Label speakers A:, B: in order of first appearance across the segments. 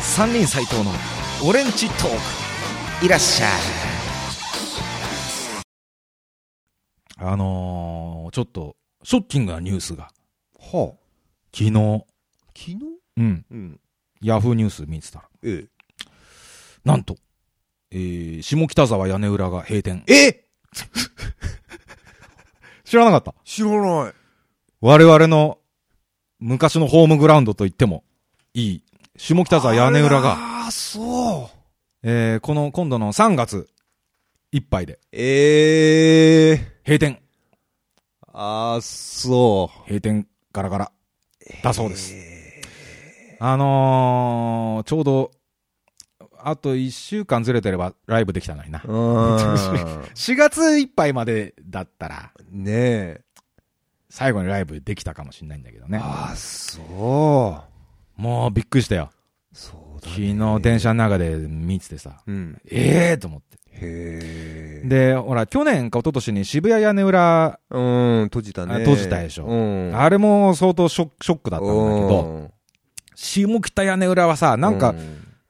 A: 三人斎藤のオレンジトークいらっしゃい
B: あのーちょっと、ショッキングなニュースが、
A: はあ
B: 昨日、
A: 昨日
B: うん、
A: うん
B: ヤフーニュース見てたら、
A: え
B: なんと、えー下北沢屋根裏が閉店。
A: ええ
B: 知らなかった。
A: 知らない
B: 我々の昔のホームグラウンドと言ってもいい、下北沢屋根裏が、
A: ああそう
B: えーこの今度の3月いっぱいで
A: ええ
B: 閉店。
A: ああそ
B: 閉店ガラガラだそう
A: う
B: です。あのーちょうど、あと1週間ずれてればライブできたのにな。
A: うーん
B: 4月いっぱいまでだったら、
A: ねえ
B: 最後にライブできたかもしれないんだけどね。
A: ああそ
B: もうびっくりしたよ。
A: うそうだ
B: 昨日電車の中で見ててさ、
A: うん
B: ええー、と思って。
A: へえ
B: で、ほら、去年か一昨年に渋谷屋根裏、
A: うーん閉じたね
B: あ閉じたでしょ
A: うん
B: あれも相当ショックショックだったんだけど、
A: うん
B: 下北屋根裏はさ、なん
A: う
B: か、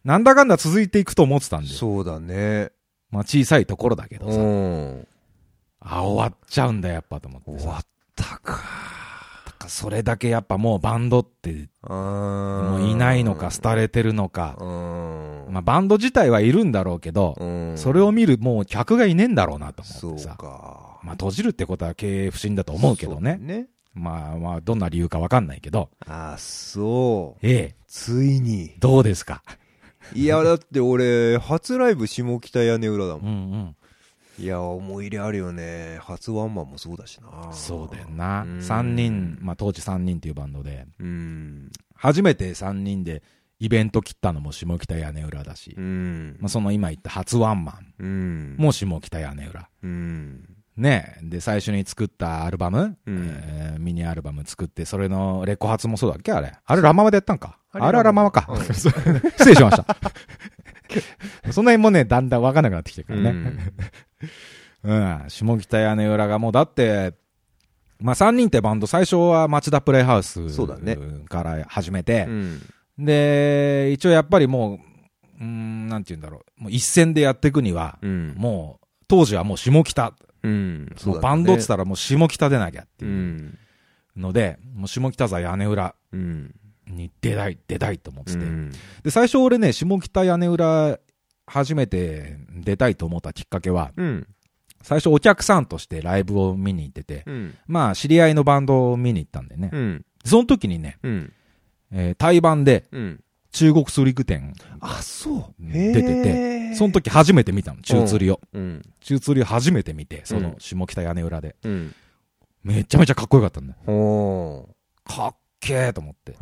B: なんだかんだ続いていくと思ってたんで、
A: そうだね
B: まあ小さいところだけど
A: う
B: さ、
A: ん
B: あ、終わっちゃうんだやっぱと思って
A: 終
B: さ。
A: わったか
B: だからそれだけやっぱもうバンドって、も
A: も
B: ういないのか、廃れてるのか、
A: うん
B: まあバンド自体はいるんだろうけど、
A: うん
B: それを見るもう客がいねえんだろうなと
A: そ
B: 思っ
A: う
B: てさ。
A: か
B: まあ閉じるってことは経営不振だと思うけどね
A: そ。ね
B: まあまあどんな理由かわかんないけど。
A: あそう
B: ええ、
A: ついに
B: どうですか。
A: いやだって俺初ライブ下北屋根裏だもん
B: うん
A: いや思い入れあるよね初ワンマンもそうだし
B: う。
A: なん
B: そうだよな
A: う。ん
B: 三人、まあ当時三人っていうバンドで、
A: うん
B: 初めて三人でイベント切ったのも下北屋根裏だし
A: う、ん
B: まあその今言った初ワンマン
A: うん
B: も下北屋根裏。
A: うん
B: ねで、最初に作ったアルバム、
A: うん
B: えーミニアルバム作って、それのレコ発もそうだっけあれ。あれラママでやったんか。あ
A: あ
B: れ
A: れ
B: はラママか。
A: う ん
B: 失礼しました。 その辺もね、だんだんわかんなくなってきてるから
A: う
B: ね。
A: ん
B: うん。下北屋根裏がもう、だって、まあ、3人ってバンド、最初は町田プレイハウス
A: そうだね
B: から始めて
A: う、ん
B: で、一応やっぱりもう、うーん、なんて言うんだろう。もう一戦でやっていくには、
A: うん
B: もう、当時はもう下北。
A: うん
B: もうバンドっつった
A: らっ
B: らもう下北出なきゃって
A: て
B: いううんので、もう下北沢屋根裏
A: うん
B: に出たい、出たいと思ってて。
A: うん
B: で、最初俺ね、下北屋根裏初めて出たいと思ったきっかけは、
A: うん
B: 最初お客さんとしてライブを見に行ってて、
A: うん
B: まあ知り合いのバンドを見に行ったんでね。
A: うん
B: その時にね、
A: うん
B: えー、対バンで
A: うん
B: 中国釣り具店、
A: あそう
B: 出てて
A: て
B: その時初めて見たの、中釣りを。
A: うん
B: 中釣りを初めて見て、そうの
A: ん
B: 下北屋根裏で。
A: うん
B: めちゃめちゃかっこよかったんだよ。
A: おー
B: かっけーと思って。
A: へ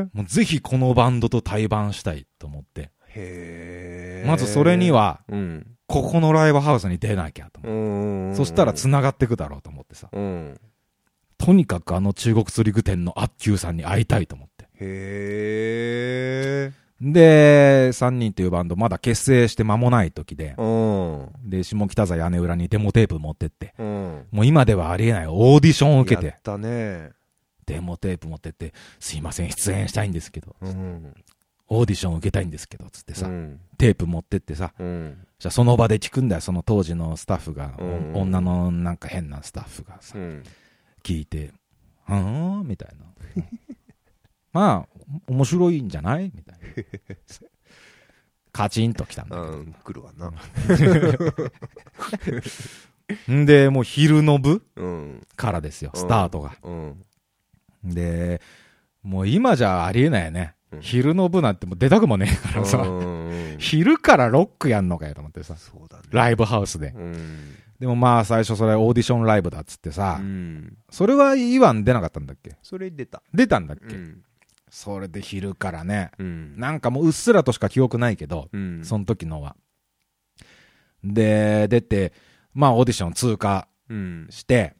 A: え。
B: もうぜひこのバンドと対バンしたいと思って。
A: へえ。
B: まずそれに、は、
A: うん。
B: ここのライブハウスに出なきゃと思っ
A: うん。
B: て。そしたら繋がってくだろうと思ってさ。
A: うん。
B: とにかくあの中国釣り具店のアッキューさんに会いたいと思って。
A: へえ。
B: で、3人というバンドまだ結成して間もない時で、
A: うん。
B: で、下北沢屋根裏にデモテープ持ってって、
A: うん。
B: もう今ではありえないオーディションを受け
A: や
B: て
A: っ、たね。
B: デモテープ持ってって、すいません、出演したいんですけど、
A: うん。
B: オーディションを受けたいんですけど、つってさ
A: う、ん。
B: テープ持ってってさ、
A: うん。
B: じゃあその場で聞くんだよ、その当時のスタッフが、
A: うん
B: お女のなんか変なスタッフがさ、
A: うん。
B: 聞いて、あーみたいな。 まあ、お面白いんじゃないみたいな。カチンときたんだ
A: うん。来るわな。
B: けど。んで、もう昼の部
A: うん。
B: からですよ、
A: うん
B: スタートが。
A: うん。
B: で、もう今じゃありえないよね。
A: うん
B: 昼の部なんてもう出たくもねえから
A: う
B: さ、
A: ん
B: 昼からロックやんのかよと思ってさ、
A: そうだね。
B: ライブハウスで。
A: うん。
B: でもまあ最初それオーディションライブだっつってさ
A: う、ん。
B: それはイワン出なかったんだっけ
A: それ出た。
B: 出たんだっ
A: う
B: け、
A: ん。
B: それで昼からね、
A: うん。
B: なんかもううっすらとしか記憶ないけど、
A: うん。
B: その時のは。で、出て、まあオーディション通過
A: うん。
B: して、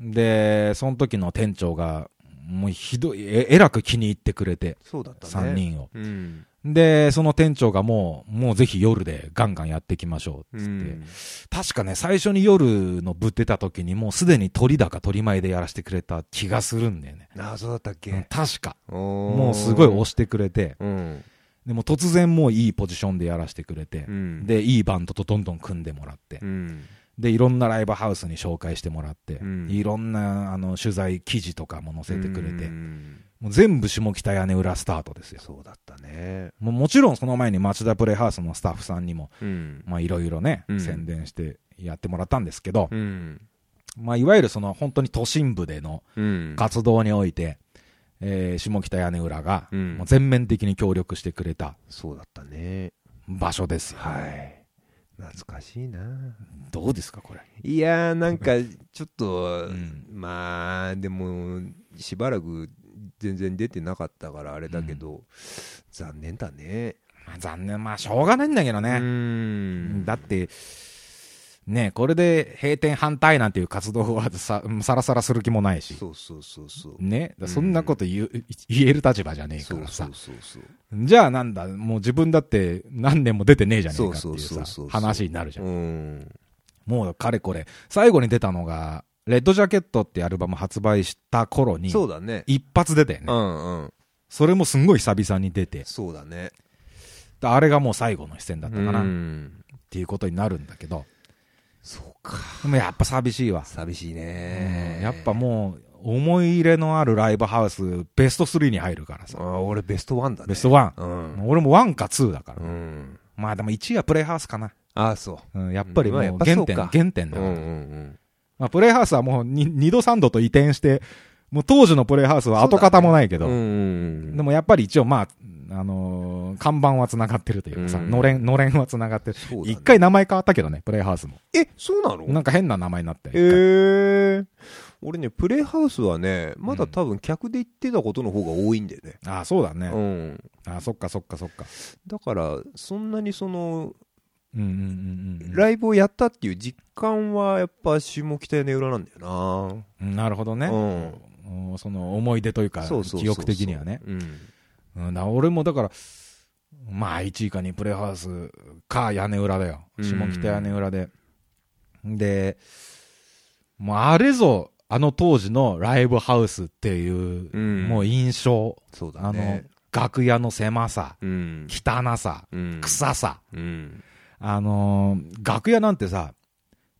B: で、その時の店長が、もうひどい、ええらく気に入ってくれて、
A: そうだったね。
B: 3。人を。
A: うん。
B: で、その店長がもう、もうぜひ夜でガンガンやっていきましょう、
A: う
B: つって。
A: ん。
B: 確かね、最初に夜のぶってた時にもうすでに鳥だか鳥前でやらせてくれた気がするんだよね。
A: あ、そうだったっ
B: うん
A: け
B: 確か。
A: も
B: もうすごい押してくれて、
A: うん。
B: でも突然もういいポジションでやらせてくれて
A: う、ん、
B: で、いいバンドとどんどん組んでもらって、
A: うん、
B: で、いろんなライブハウスに紹介してもらって、
A: うん
B: いろんなあの取材記事とかも載せてくれて、
A: うん
B: もう全部下北屋根裏スタートですよ。
A: そうだったね。
B: もうもちろんその前に町田プレイハウスのスタッフさんにも、
A: うん、
B: まあいろいろね、
A: うん
B: 宣伝してやってもらったんですけど、
A: うん、
B: まあいわゆるその本当に都心部での
A: うん、
B: 活動において、えー下北屋根裏が、
A: うん
B: もう全面的に協力してくれた
A: そうだったね。
B: 場所ですよ。
A: はい。懐かしいな。
B: どうですか、これ。
A: いやー、なんか、ちょっと、
B: うん
A: まあ、でも、しばらく全然出てなかったから、あれだけど、残念だね。
B: まあ残念、まあしょうがないんだけど
A: う
B: ね。
A: ん。
B: だって、ねこれで閉店反対なんていう活動はささらさらする気もないし。
A: そうそうそうそう。
B: ね、
A: うん
B: そんなこと言う言える立場じゃねえ
A: そ
B: か
A: う
B: ら
A: そ
B: さ
A: うそうそう。
B: じゃあなんだもう自分だって何年も出てねえじゃねえかっていう
A: そうそうそ
B: さ
A: うそう
B: 話になるじゃん
A: うん。
B: もうかれこれ最後に出たのが「レッドジャケット」ってアルバム発売した頃に
A: そうだね。
B: 一発出たよ
A: う
B: ね
A: んうん。
B: それもすんごい久々に出て
A: そうだね。
B: あれがもう最後の出演だ
A: だ
B: ったかなっ
A: ん。
B: ていうことになるんだけど
A: そうか。
B: でもやっぱ寂しいわ
A: 寂しい
B: うん
A: ね。
B: やっぱもう思い入れのあるライブハウスベスト3に入るから
A: あ
B: さ
A: ー俺ベストワンだね。
B: ベストワン
A: うん。
B: 俺も1か2だから
A: うん。
B: まあでも1位はプレイハウスかな
A: ああ、そう。
B: うんやっぱりもう
A: まあやっぱ
B: 原
A: そうか
B: 点、原点だ
A: う
B: か
A: んう
B: ら、
A: ん
B: まあ、プレイハウスはもうに2度3度と移転して、もう当時のプレイハウスは跡形もないけ
A: うん。
B: ど、
A: うんうん
B: でもやっぱり一応まあ、あのー看板は繋がってるというかさ、
A: うん
B: のれん、のれんは繋がってる。
A: そうだね
B: 一回名前変わったけどね、プレイハウスも。
A: え、そうなの
B: なんか変な名前になって。
A: へえ。俺ね、プレイハウスはね、まだ多分客で行ってたことの方が多いんだよね。
B: ああ、そうだね。
A: うん。
B: ああ、そっかそっかそっか。
A: だから、そんなにその、
B: うんうんうんうん
A: ライブをやったっていう実感はやっぱ下北屋根裏なんだよ
B: うん。なるほどね
A: な。。うん。
B: うんその思い出というか、
A: そうそうそうそう
B: 記憶的にはね。
A: うん。
B: うん、だ俺もだから、まあ、1位かにプレイハウスか屋根裏だよ。
A: うん
B: 下北屋根裏で。で、もうあれぞ、あの当時のライブハウスっていう、
A: うん
B: もう印象。
A: そうだ
B: あの
A: ね。、
B: 楽屋の狭さ、
A: うん。
B: 汚さ、
A: うん
B: 臭さ。
A: うん。
B: あのー楽屋なんてさ、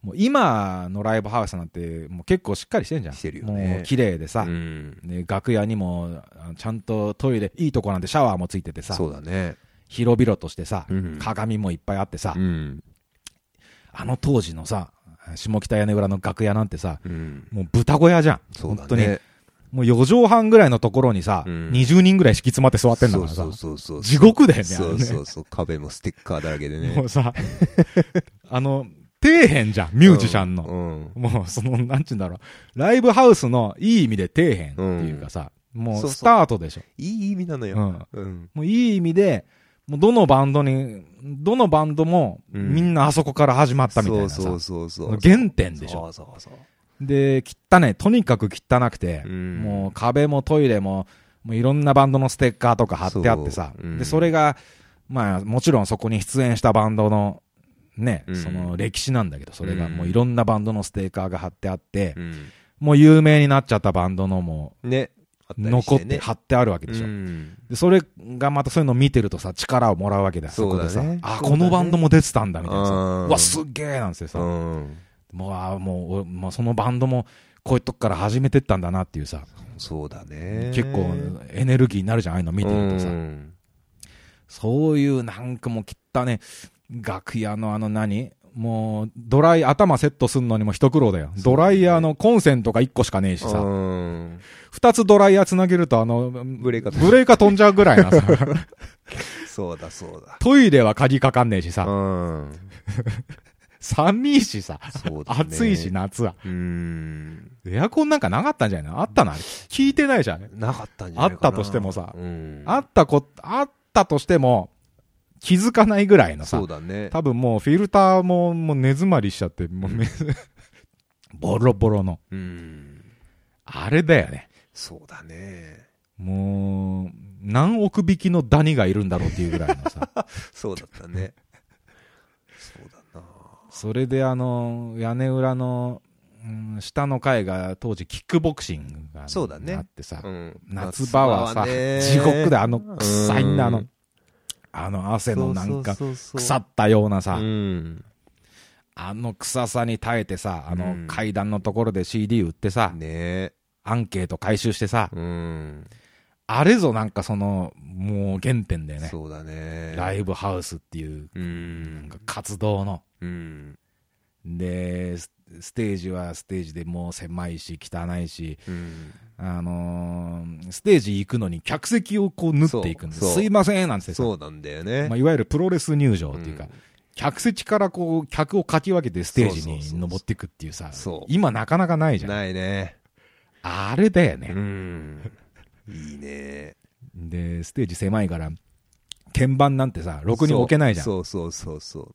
B: もう今のライブハウスなんて、もう結構しっかりしてんじゃん。
A: してるよね
B: もう綺麗でさ、
A: うん
B: ね楽屋にも、あちゃんとトイレ、いいとこなんてシャワーもついててさ、
A: そうだね。
B: 広々としてさ、
A: うん
B: 鏡もいっぱいあってさ、
A: うん。
B: あの当時のさ、下北屋根裏の楽屋なんてさ、
A: うん。
B: もう豚小屋じゃん。
A: そうだ
B: 本当に。
A: ね。
B: もう4畳半ぐらいのところにさ、
A: うん
B: 20人ぐらい敷き詰まって座ってんだ
A: そ
B: か
A: う
B: らさ、
A: そうそうそう。
B: 地獄だよね、あ
A: そ
B: れ
A: う
B: ね
A: そうそう。壁もステッカーだらけで
B: も
A: ね
B: う。さ、 あの、底辺じゃん、ミュージシャンの。
A: の。
B: もうその、なんちゅうんだろう、ライブハウスのいい意味で底辺っていうかさ、も
A: そううそう
B: スタートでしょ。
A: いい意味なの
B: う
A: よ。
B: ん
A: うん。
B: もういい意味で、もうどのバンドに、どのバンドも、
A: うん
B: みんなあそこから始まったみたい
A: そ
B: な
A: う
B: さ、
A: そうそうそう。
B: 原点でしょ。
A: そうそうそう。
B: で、汚ね、とにかく汚くて、
A: うん
B: もう壁もトイレも、もういろんなバンドのステッカーとか貼ってあってさ、
A: そううん
B: で、それが、まあ、もちろんそこに出演したバンドの、ね、
A: うん
B: その歴史なんだけど、それが
A: うん
B: もういろんなバンドのステッカーが貼ってあって、
A: うん
B: もう有名になっちゃったバンドのも、
A: ね。あたりして
B: 残って
A: ね
B: 貼ってあるわけでしょ。
A: うん
B: で、それがまたそういうのを見てるとさ、力をもらうわけだよ。そ
A: そう
B: こ
A: だ
B: で
A: ね
B: さ、あ、
A: そうだね
B: このバンドも出てたんだ、みたいなさ。
A: うん
B: うわ、すっげえなんですよ
A: う
B: さ。
A: ん。
B: もう、あもう俺、まあ、そのバンドも、こういうとこから始めてったんだなっていうさ、
A: そうだね。
B: 結構エネルギーになるじゃん、ああいうの見てるとさ。
A: うん
B: そういうなんかもう汚ね、楽屋のあの何もう、ドライ、頭セットすんのにも一苦労だよ。ドライヤーのコンセントが一個しかねえしさ、
A: うん
B: 二つドライヤーつなげるとあの、
A: ブレーカー
B: ブレーカー飛んじゃうぐらいな さ、
A: そうだそうだ。
B: トイレは鍵かかんねえしさ、
A: うん。
B: 寒いしさ、
A: そうだね
B: 暑いし夏は。
A: うん。
B: エアコンなんかなかったんじゃないのあったな聞いてないじゃん。
A: なかったんじゃないかな
B: あったとしてもさ
A: うん
B: あったこ、あったとしても、気づかないぐらいのさ
A: そう、だね。
B: 多分もうフィルターももう根詰まりしちゃって、もうめ、 ボロボロの。
A: うん。
B: あれだよね。
A: そうだね。
B: もう、何億匹のダニがいるんだろうっていうぐらいの さ。
A: そうだったね。そうだな。
B: それであの、屋根裏の、うん下の階が当時キックボクシングが
A: そうだね
B: あってさ、
A: うん
B: 夏場はさ、
A: 夏場はね
B: 地獄であの臭いんだ、あ
A: う
B: の
A: ん、
B: あの汗のなんか
A: そうそうそうそう
B: 腐ったような
A: う
B: さ、
A: ん
B: あの臭さに耐えてさ、あ
A: う
B: の
A: ん
B: 階段のところで CD 売ってさ、
A: ねえ
B: アンケート回収してさ、
A: うん
B: あれぞなんかその、もう原点だよね。
A: そうだね
B: ライブハウスっていう、
A: う
B: なん
A: ん
B: か活動の。
A: うん
B: で、スステージはステージでもう狭いし、汚いし、
A: うん
B: あのーステージ行くのに客席をこう縫っていくんです。
A: そうそう
B: すいませんなんてさ、
A: そうなんだよね
B: まあ、いわゆるプロレス入場っていうか、
A: うん
B: 客席からこう、客をかき分けてステージ
A: そうそうそうそ
B: に
A: う
B: 登っていくっていうさ、
A: そう
B: 今なかなかないじゃん。
A: ないね
B: あれだよ
A: う
B: ね。
A: んいいね
B: で、ステージ狭いから、鍵盤なんてさ、ろくに置けないじゃん。
A: そうそうそうそうそう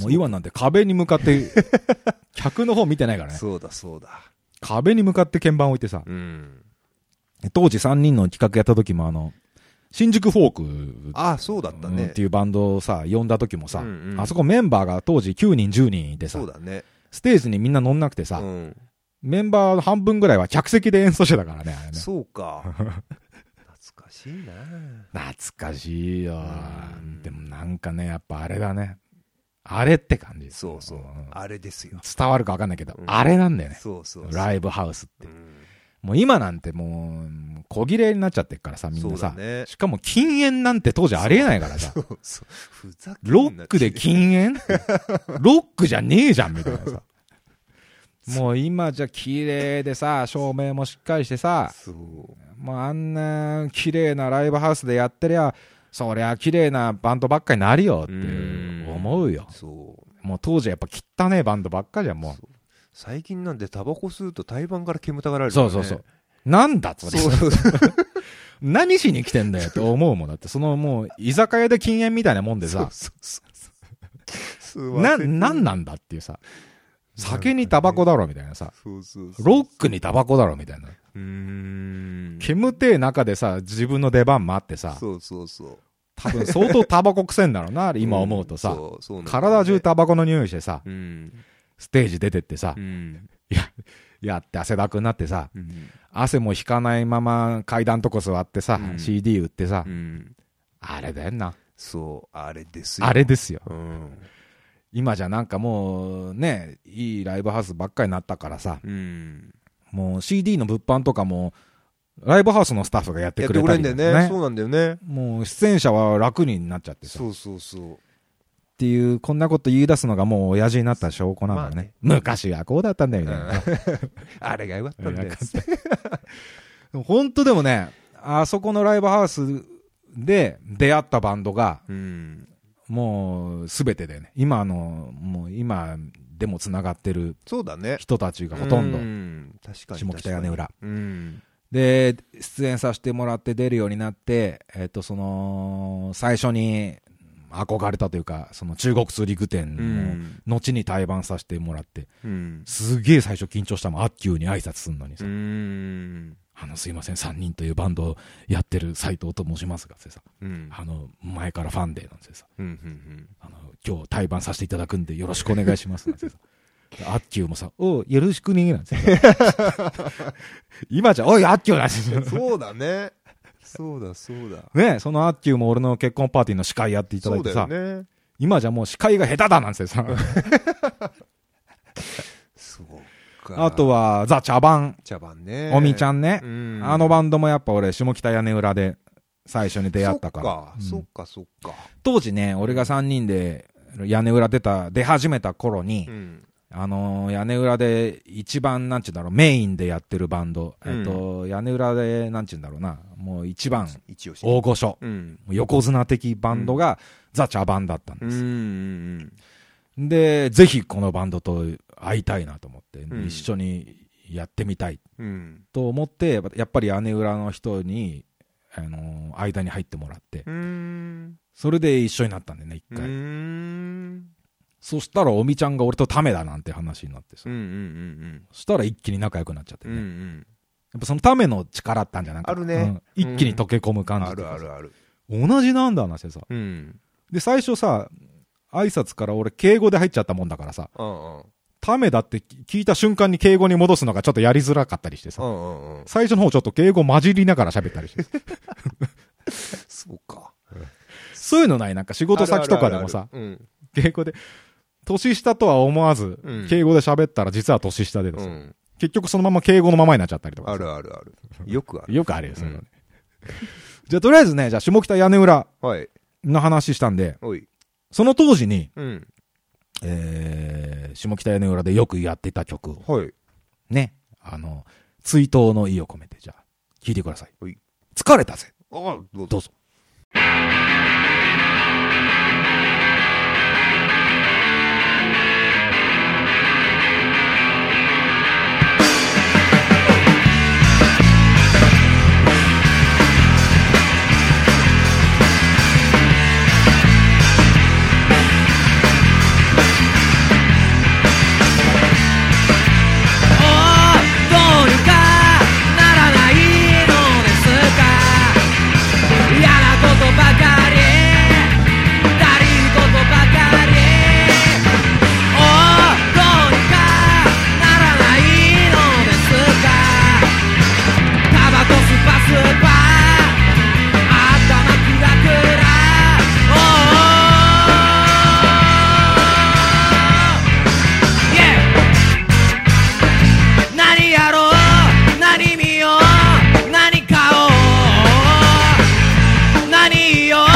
B: もう今なんて壁に向か って、客の方見てないからね。
A: そうだそうだ
B: 壁に向かって鍵盤置いてさ、
A: うん
B: 当時3人の企画やった時もあの、新宿フォーク
A: あそうだった
B: うん
A: ね
B: っていうバンドをさ、呼んだ時もさ、
A: うんうん
B: あそこメンバーが当時9人10人いてさ
A: そう、だね
B: ステージにみんな乗んなくてさ、
A: うん
B: メンバーの半分ぐらいは客席で演奏してたからね、あれね。
A: そう か懐かしいな
B: 懐かしいよ
A: うん。
B: でもなんかね、やっぱあれだね。あれって感じ。
A: そうそうあれですよ
B: 伝わるか分かんないけど、
A: うん
B: あれなんだよね。
A: そうそう
B: ラ
A: イ
B: イブハウスって
A: ブ。う
B: もう今なんてもう、小切れになっちゃってるからさ、
A: ん
B: みん
A: そ
B: な
A: うだ
B: さ。
A: ね
B: しかも禁煙なんて当時ありえないからさ
A: そ。うそうふざけんな
B: ロックで禁 煙ロックじゃねえじゃんみたいなさ。もう今じゃ綺麗でさ、照明もしっかりしてさ、
A: そう
B: もうあんな綺麗なライブハウスでやってりゃ、そりゃ綺麗なバンドばっかになるよって
A: うん
B: 思うよ。
A: そう
B: もう当時やっぱ汚ねえバンドばっかじゃん、も
A: そう最近なんでタバコ吸うと胎盤から煙たがられ
B: う。
A: るか
B: そ
A: ら
B: う
A: ね
B: そうそう。なんだそれ。
A: そうそう
B: 何しに来てんだよって思うもんだって、そのもう居酒屋で禁煙みたいなもんで
A: そう
B: さ、
A: そうそう吸わ
B: な、
A: せて
B: なんなんだっていうさ、酒にタバコだろみたいなさ、
A: そうそうそう
B: ロックにタバコだろみたいな。
A: うーん
B: 煙てえ中でさ、自分の出番待ってさ、
A: そうそうそう
B: 多分相当タバコ臭いんだろうな、今思うと
A: う
B: さ
A: ん、そうそうなんだよね
B: 体中タバコの匂いしてさ、
A: うん
B: ステージ出てってさ
A: う、ん
B: やって汗だくになってさ、
A: うん
B: 汗も引かないまま階段とこ座ってさ
A: う、ん
B: CD 売ってさ
A: う、ん
B: あれだよな。
A: そうあれですよ
B: あれですよ。
A: うん
B: 今じゃなんかもう、ね、いいライブハウスばっかりになったからさ、
A: うん
B: もう CD の物販とかも、ライブハウスのスタッフがやって
A: やっ
B: く
A: て
B: れ
A: く
B: た
A: れ
B: り
A: んだよ
B: とか
A: ねそうなんだよね
B: もう出演者は楽になっちゃってさ。
A: そうそうそう
B: っていう、こんなこと言い出すのがもう親父になった証拠なんだよね。
A: まあね
B: 昔はこうだったんだよみたいな。
A: あれが良かったんだよ
B: よかっ でも本当でもね、あそこのライブハウスで出会ったバンドが、
A: うん
B: もうすべてでね、今あの、もう今でも繋がってる
A: そうだね
B: 人たちがほとんど
A: う、確かに
B: 下北屋根裏。
A: うん
B: で、出演させてもらって出るようになって、えっと、その、最初に憧れたというか、その中国通陸
A: う
B: 店
A: ん
B: の後に対バンさせてもらって、
A: うん
B: すげえ最初緊張したもん、アッキューに挨拶すんのに
A: う
B: さ、
A: ん
B: あの、すいません、3人というバンドをやってる斎藤と申しますが、ってさ、
A: うん
B: あの、前からファンデーなんですよさ、
A: うんうん
B: あの、今日対バンさせていただくんでよろしくお願いします、なん てさ。でアッキューもさ、おう、よろしくね、なんてさ。 今じゃ、おい、アッキューなんて
A: うん
B: さ
A: そうだねそうだそうだ
B: ねそのアッキューも俺の結婚パーティーの司会やっていただ
A: そ
B: いうて
A: だ
B: さ、
A: よね
B: 今じゃもう司会が下手だなんてさ、
A: そうか
B: あとはザ・茶番、
A: 茶番ね
B: おみちゃんね、
A: うん
B: あのバンドもやっぱ俺、下北屋根裏で最初に出会ったから。
A: そ
B: うん
A: っかそっかそっか
B: 当時ね、俺が3人で屋根裏出た、出始めた頃に、
A: うん
B: あのー屋根裏で一番、なんちゅうんだろう、メインでやってるバンド、
A: うん
B: えっと、屋根裏で、なんちゅうんだろうな、もう一番、
A: 一押し
B: 大御所、
A: うん
B: 横綱的バンドが、ザ・茶番だったん
A: うん
B: で
A: うん
B: す。
A: うん
B: で、ぜひこのバンドと会いたいなと思って、
A: ん
B: 一緒にやってみたい
A: うん
B: と思って、やっぱり屋根裏の人に、あのー間に入ってもらって
A: う、ん
B: それで一緒になったんでね、一
A: う
B: 回。
A: ん
B: そしたら、おみちゃんが俺とためだなんて話になってさ
A: うんうんう。ん
B: そしたら一気に仲良くなっちゃって
A: うんう
B: ね。や
A: ん
B: っぱそのための力ってあるじゃんなんか
A: あるね
B: うん一気に溶け込む感じ、
A: あるあ。るある
B: 同じなんだなってさ。
A: うん
B: で、最初さ、挨拶から俺敬語で入っちゃったもんだからさ、
A: うんうん
B: ためだって聞いた瞬間に敬語に戻すのがちょっとやりづらかったりして
A: う
B: さ、
A: んうんうん
B: 最 初の方ちょっと敬語混じりながら喋ったりして。
A: そうか
B: そういうのないなんか仕事先とかでもさ、
A: あるあるある
B: 敬語で、年下とは思わず
A: うん、
B: 敬語で喋ったら実は年下で
A: う
B: で
A: ん、
B: す、
A: うん、
B: 結局そのまま敬語のままになっちゃったりとか
A: あ
B: さ
A: るあるあるよくある
B: よくあるよ、そういうのね
A: う
B: じゃあとりあえずね、じゃあ下北屋根裏
A: はい
B: の話したんで、
A: おい
B: その当時に、
A: うん
B: えー、下北屋根裏でよくやってた曲を、
A: はい
B: ね、あの、追悼の意を込めて、じゃあ、聴いてください
A: ほい。
B: 疲れたぜ。
A: あどうぞ
B: どうぞ。
C: 「どうにかならないのですか」「嫌なことばかりだりいことばかり」「おどうにかならないのですか」「タバコスパスパ頭キラキラ」「おイェイ!」何やろう何見よう何買おう何よ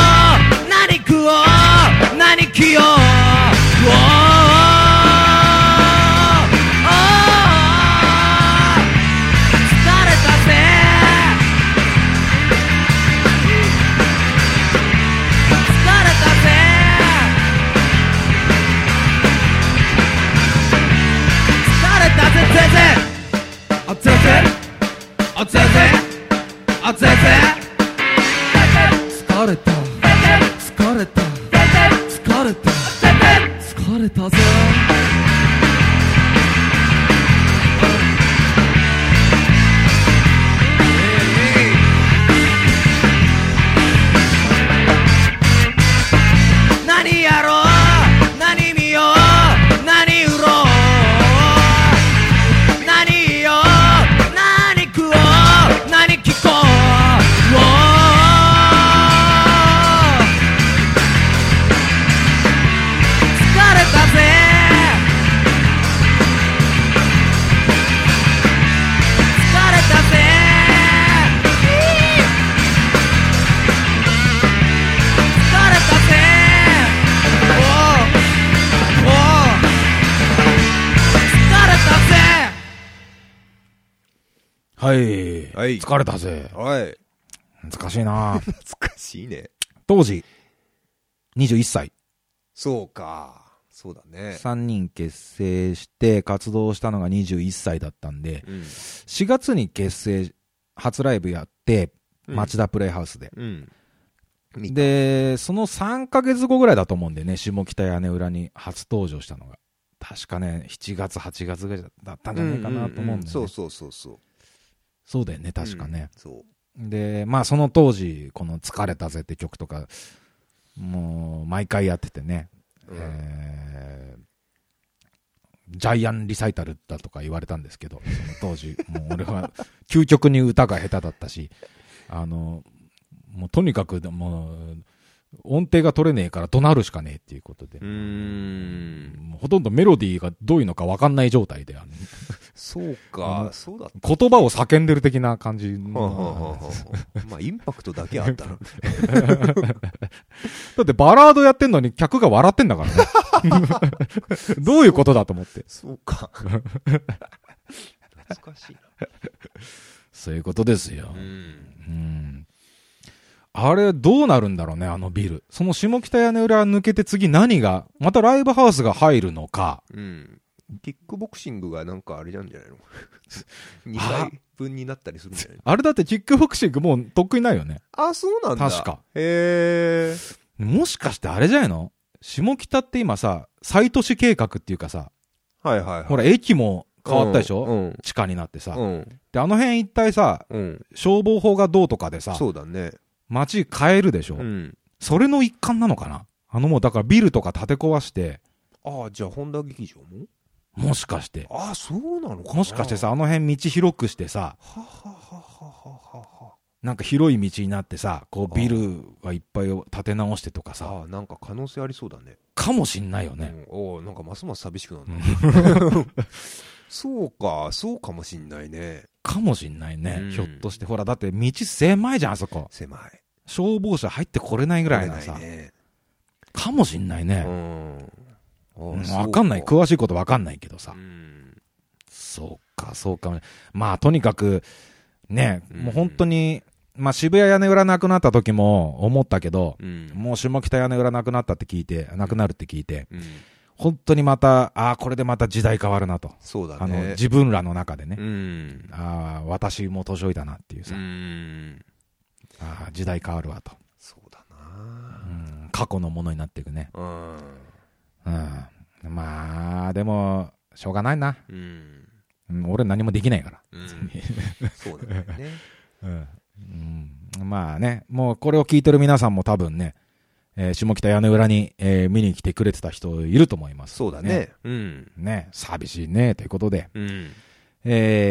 C: 何食おう何着ようおーおー疲れたぜ疲れたぜ疲れたぜぜぜあぜぜあぜぜあぜぜ疲れた疲れた疲れた疲れたぜ何やろう何見よう何売ろう何よ何食おう何聞こうおー疲れたぜ疲れたぜ疲れたぜおうおう疲れたぜ
B: はい。
A: はい
B: 疲れたぜ。
A: はい
B: 難しいな
A: 懐かしいね
B: 当時、21歳。
A: そうかそうだね
B: 3人結成して活動したのが21歳だったんで、
A: うん
B: 4月に結成、初ライブやって、
A: うん
B: 町田プレイハウスで。
A: うんみ
B: で、その3ヶ月後ぐらいだと思うんでね、下北屋根裏に初登場したのが。確かね、7月、8月ぐらいだったんじゃないかなと思うんで、ね
A: そうそうそうそう
B: そうだよね、確かね。
A: うんそう
B: で、まあその当時、この疲れたぜって曲とか、もう毎回やっててね、
A: うん
B: えージャイアンリサイタルだとか言われたんですけど、その当時、 もう俺は究極に歌が下手だったし、あの、もうとにかく、もう、音程が取れねえから怒鳴るしかねえっていうことで
A: う、ーん
B: もうほとんどメロディーがどういうのか分かんない状態で、あの
A: そう
B: あ
A: か
B: の
A: そうだった
B: 言葉を叫んでる的な感じ
A: はあはあ
B: の
A: はあは あまあインパクトだけあったら
B: だってバラードやってんのに客が笑ってんだからね。 どういうことだと思って。
A: そうか懐かしいな
B: そういうことですよ
A: う。ん
B: うん。あれ、どうなるんだろうね、あのビル。その下北屋根裏抜けて次何が、またライブハウスが入るのか。
A: うんキックボクシングがなんかあれなん じゃないの二回分になったりするんじゃないの
B: あれだってキックボクシングもうとっくにないよね。
A: あそうなんだ
B: 確か
A: へえ
B: もしかしてあれじゃないの下北って今さ、再都市計画っていうかさ、
A: はいはいはい
B: ほら駅も変わったでしょ、
A: うん
B: 地下になってさ。
A: うん
B: で、あの辺一体さ、
A: うん
B: 消防法がどうとかでさ、
A: そうだね
B: 街変えるでしょ、
A: うん
B: それの一環なのかなあのもうだからビルとか建て壊して、
A: ああじゃあ本田劇場も
B: もしかして、
A: ああそうなのかな
B: もしかしてさ、あの辺道広くしてさ、
A: ははははははは
B: なんか広い道になってさ、こうビルはいっぱいを建て直してとかさ、
A: ああなんか可能性ありそうだね
B: かもしんないよね。
A: うん、おおなんかますます寂しくなる
B: うん
A: な、そうかそうかもしんないね
B: かもしんないね、
A: うん
B: ひょっとして。ほら、だって道狭いじゃん、あそこ。
A: 狭い
B: 消防車入ってこれないぐ
A: ぐ
B: らいなさ。
A: ね
B: かもしんないね
A: う。ん
B: う
A: お
B: ん
A: ー
B: わかんない。
A: そう
B: 詳しいことわかんないけどさ
A: う。ん
B: そうか、そうかもね。まあ、とにかく、ね、
A: うん
B: もう本当に、まあ、渋谷屋根裏なくなった時も思ったけど、
A: うん
B: もう下北屋根裏なくなったって聞いて、なくなるって聞いて、
A: うん
B: 本当にまた、ああ、これでまた時代変わるなと。
A: そうだね
B: あの、自分らの中でね。
A: うん
B: ああ、私も年老いたなっていうさ。
A: うん
B: ああ、時代変わるわと。
A: そうだ
B: う、
A: なん
B: 過去のものになっていくね。
A: うん
B: うん。まあ、でも、しょうがないな。
A: うん
B: うん、俺何もできないから。
A: うんそうだよね
B: うん。まあね、もうこれを聞いてる皆さんも多分ね、えー下北屋根裏に、えー見に来てくれてた人いると思います。
A: そうだねうん
B: ね。ね寂しいね、ということで。
A: うん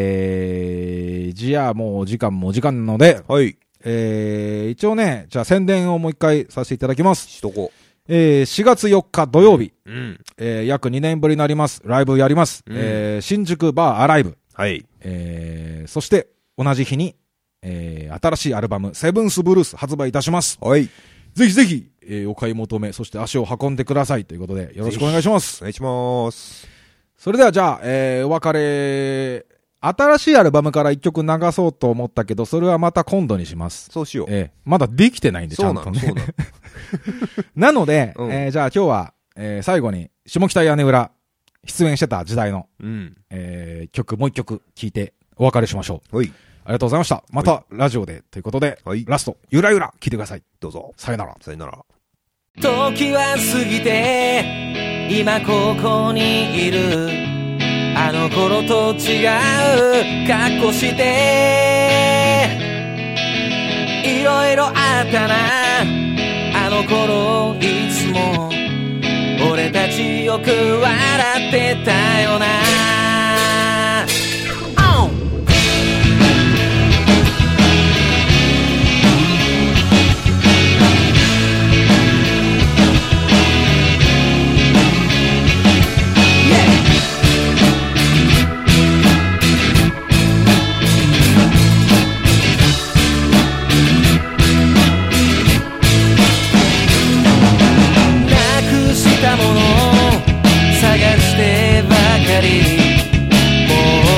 B: えー、じゃあもうお時間もお時間なので、
A: はい
B: えー、一応ね、じゃあ宣伝をもう一回させていただきます。
A: しとこ
B: えー、4月4日土曜日、
A: ううん
B: えー、約2年ぶりになります。ライブやります。
A: うん
B: えー、新宿バーアライブ。
A: はい
B: えーそして同じ日に、えー新しいアルバム、セブンスブルース発売いたします。
A: はい
B: ぜひぜひ、えーお買い求め、そして足を運んでくださいということで、よろしくお願いします
A: お。願いします
B: それではじゃあ、えーお別れ、新しいアルバムから一曲流そうと思ったけど、それはまた今度にします。
A: そうしよう
B: えーまだできてないんで、ち
A: そ
B: ゃ
A: うんな
B: と
A: の
B: ね。
A: そうなの
B: なので、
A: うん
B: えーじゃあ今日は、えー最後に、下北屋根裏、出演してた時代の、
A: うん
B: えー曲、もう一曲聴いて、お別れしましょう。
A: はい
B: ありがとうございました。またラジオでということで、
A: はい
B: ラスト、ゆらゆら聞いてください。
A: どうぞ
B: さよなら。
A: さよなら
C: 時は過ぎて今ここにいるあの頃と違う格好していろいろあったなあの頃いつも俺たちよく笑ってたよな Oh! なくしたもの探してばかり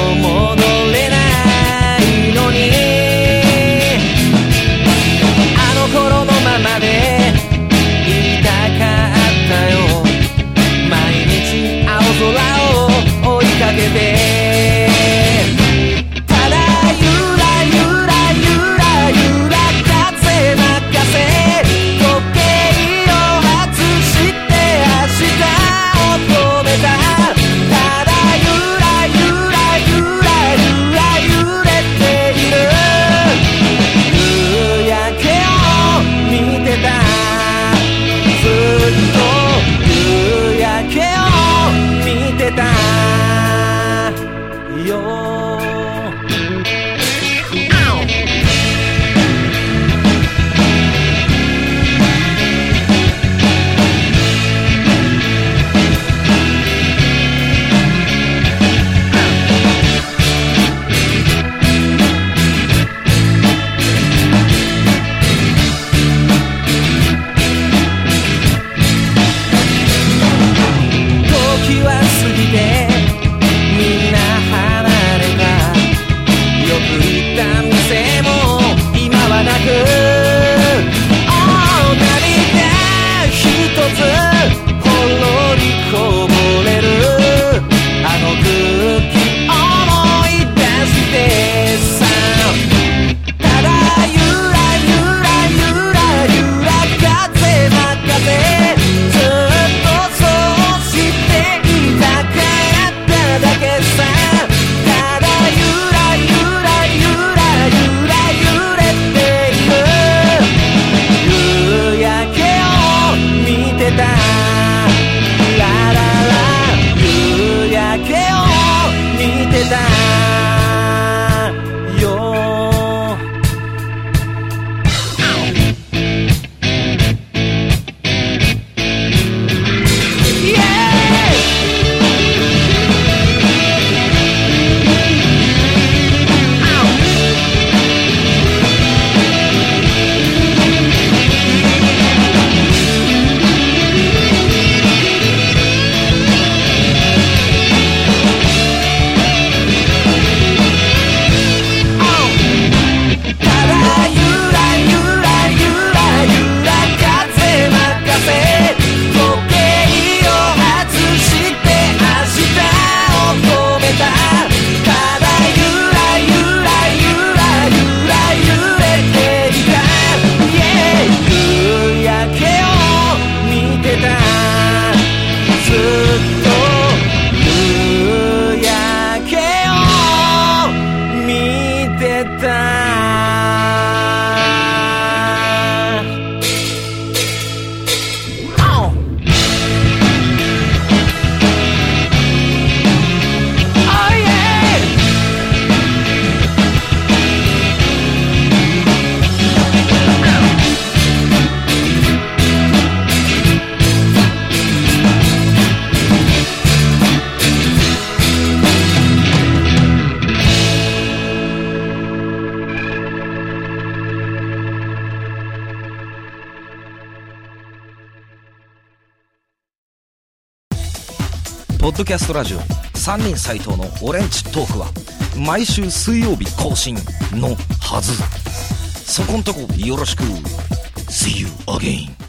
C: ポッドキャストラジオ3人斎藤のオレンジトークは毎週水曜日更新のはずそこんとこよろしく See you again